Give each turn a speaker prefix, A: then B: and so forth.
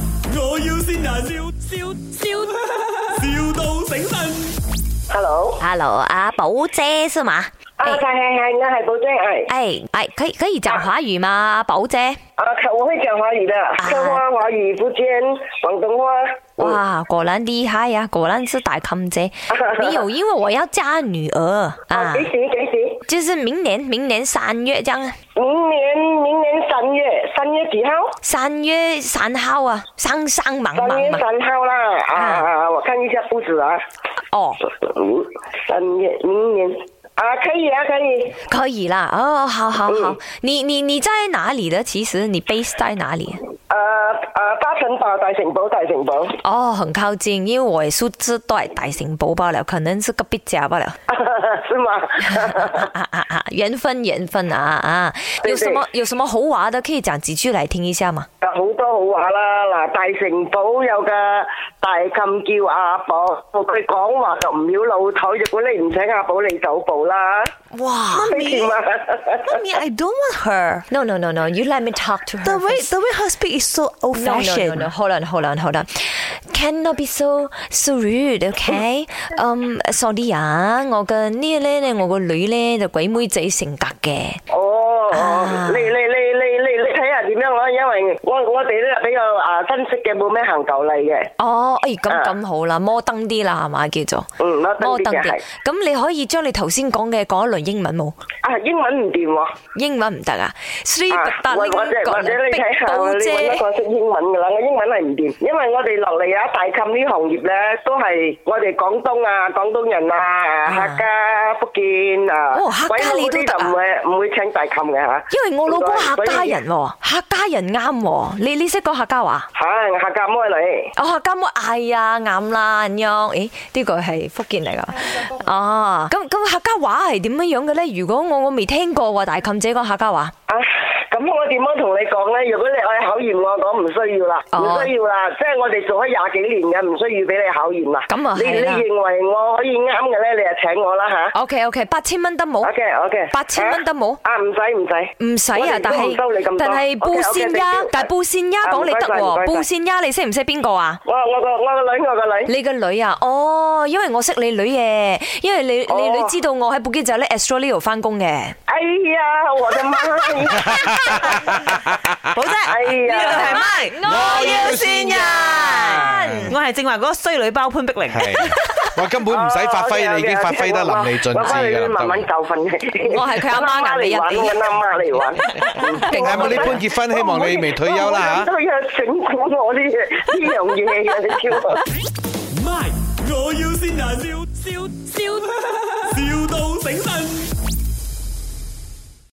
A: 要先人，笑笑笑，,笑到醒神。
B: Hello，À,
C: Hello，阿宝姐是吗？
B: 啊，嗨嗨嗨，那海波对，哎，
C: 哎哎，可以可以讲华语吗？阿宝姐，
B: 啊，可我会讲华语的，客话、华语、福建、广东话。嗯，
C: 哇，果然厉害呀、果然是大康姐。没有，因为我要嫁女儿
B: 啊，
C: 啊
B: 几，时几时？
C: 就是明年明年三月这样，
B: 明年明年三月，三月几号？
C: 三月三号啊，上上忙
B: 三
C: 忙
B: 月
C: 嘛。
B: 三号啦，啊
C: 啊
B: 啊，我看一下布置啊，
C: 哦，
B: 嗯，三月明年啊，可以啊，可以，
C: 可以啦，哦，好好好
B: 嗯，
C: 你你你在哪里的？其实你 base 在哪里？
B: 呃呃，大城堡、大城堡、大城 堡，
C: 哦，很靠近，因为我也是住在大城堡罢了，可能是隔壁家罢了。
B: 是吗？
C: 啊啊啊啊！缘分，缘分啊啊！
B: 对
C: 有什么有什么好玩的，可以讲几句来听一下嘛？
B: 好多好話啦！嗱，大城堡有嘅大禁叫阿寶，佢講話就唔要老土，如果你唔請阿寶，你走步啦，
C: 哇
B: 你知嘛？
D: Mommy, I don't want her.
C: ！No no no no! You let me talk to her.
D: The way
C: first.
D: the way her speak is so old
C: No no no
D: fashioned.
C: no! Hold on hold on hold on! Cannot be so so rude, okay? Um, sorry 啊，我嘅呢咧，我個女咧就鬼妹仔性格嘅。
B: 哦
C: 啊，
B: 你你你你你你睇下點樣咯，因為我我哋咧比較啊新式嘅，冇咩行舊例嘅，
C: 哦，哎，咁
B: 啊
C: 咁好啦，摩登啲啦，係嘛叫做？
B: 嗯，我
C: 摩
B: 得
C: 登
B: 啲嘅
C: 啲
B: 係。
C: 咁你可以將你頭先講嘅講一輪英文冇？
B: 啊，英文唔掂喎，
C: 英文唔得啊？Three
B: 啊，
C: 特達
B: 或或者
C: 英國
B: 或者
C: 人
B: 你
C: 逼
B: 睇下
C: 到
B: 你揾一
C: 啫。
B: 個識英文㗎啦，我英文係唔掂，因為我哋落嚟啊大冚呢行業咧，都係我哋廣東啊、廣東人啊、
C: 啊
B: 客家、福建啊，
C: 哦客家
B: 鬼佬
C: 你都
B: 啲
C: 得
B: 就
C: 啊
B: 唔會唔會請大冚嘅嚇。
C: 因為我老公客家
B: 鬼佬
C: 人喎，客家人啱喎，你你識講客家話？
B: 係客家妹嚟，啊
C: 哦，客家妹係啊，啱啦，咁樣，咦，呢個係福建嚟
B: 嗯
C: 噶，哦，咁咁客家話係點樣樣嘅咧？如果我我未聽過喎，大冚姐講客家話，
B: 啊，咁我點樣同你講咧？如果你愛考驗我，講唔需要啦，唔
C: 哦
B: 需要啦，即係我哋做咗廿幾年嘅，唔需要俾你考驗啦。
C: 咁啊
B: 你
C: 係
B: 你
C: 啦
B: 認為我可以啱嘅咧，你就請我啦吓。
C: ，OK OK，八千蚊得冇？
B: OK OK，
C: 八千蚊得冇
B: 啊，唔使唔使，
C: 唔使
B: 我
C: 啊
B: 哋，
C: 但
B: 都唔收你咁
C: 係
B: 多
C: 但係
B: OK，OK，
C: 布善丫
B: thank you，
C: 但係布善丫講你得
B: 啊唔該晒唔
C: 喎，
B: 該晒
C: 布善丫你識唔識邊個啊？
B: 我我個我個女我個女，
C: 你個女啊？哦，因為我識你女嘅，因為你你
B: 哦
C: 女知道我喺布基就咧 Australia 翻工嘅。
B: 哎呀，我 的媽呀，
D: 好啫，
B: 哎呀
D: 呢度係咪？
C: 我
A: 要
D: 先
A: 善
C: 啊
A: 人
D: 我係正話嗰個衰女包潘碧玲。
A: 係，我根本唔使發揮，你已經發揮得淋漓盡
B: 我翻
A: 致
B: 去
A: 㗎
B: 要慢
A: 啦。
B: 慢教訓你。
C: 我係佢阿媽
B: 嚟
C: 眼
B: 玩，
C: 尾一
B: 我阿媽嚟玩。
C: 勁
A: 係
C: 啊
A: 咪你搬結婚，希望你未退休啦嚇
B: 都要整蠱我呢呢樣嘢嘅，你知唔知？
A: 唔係，我要先人，笑笑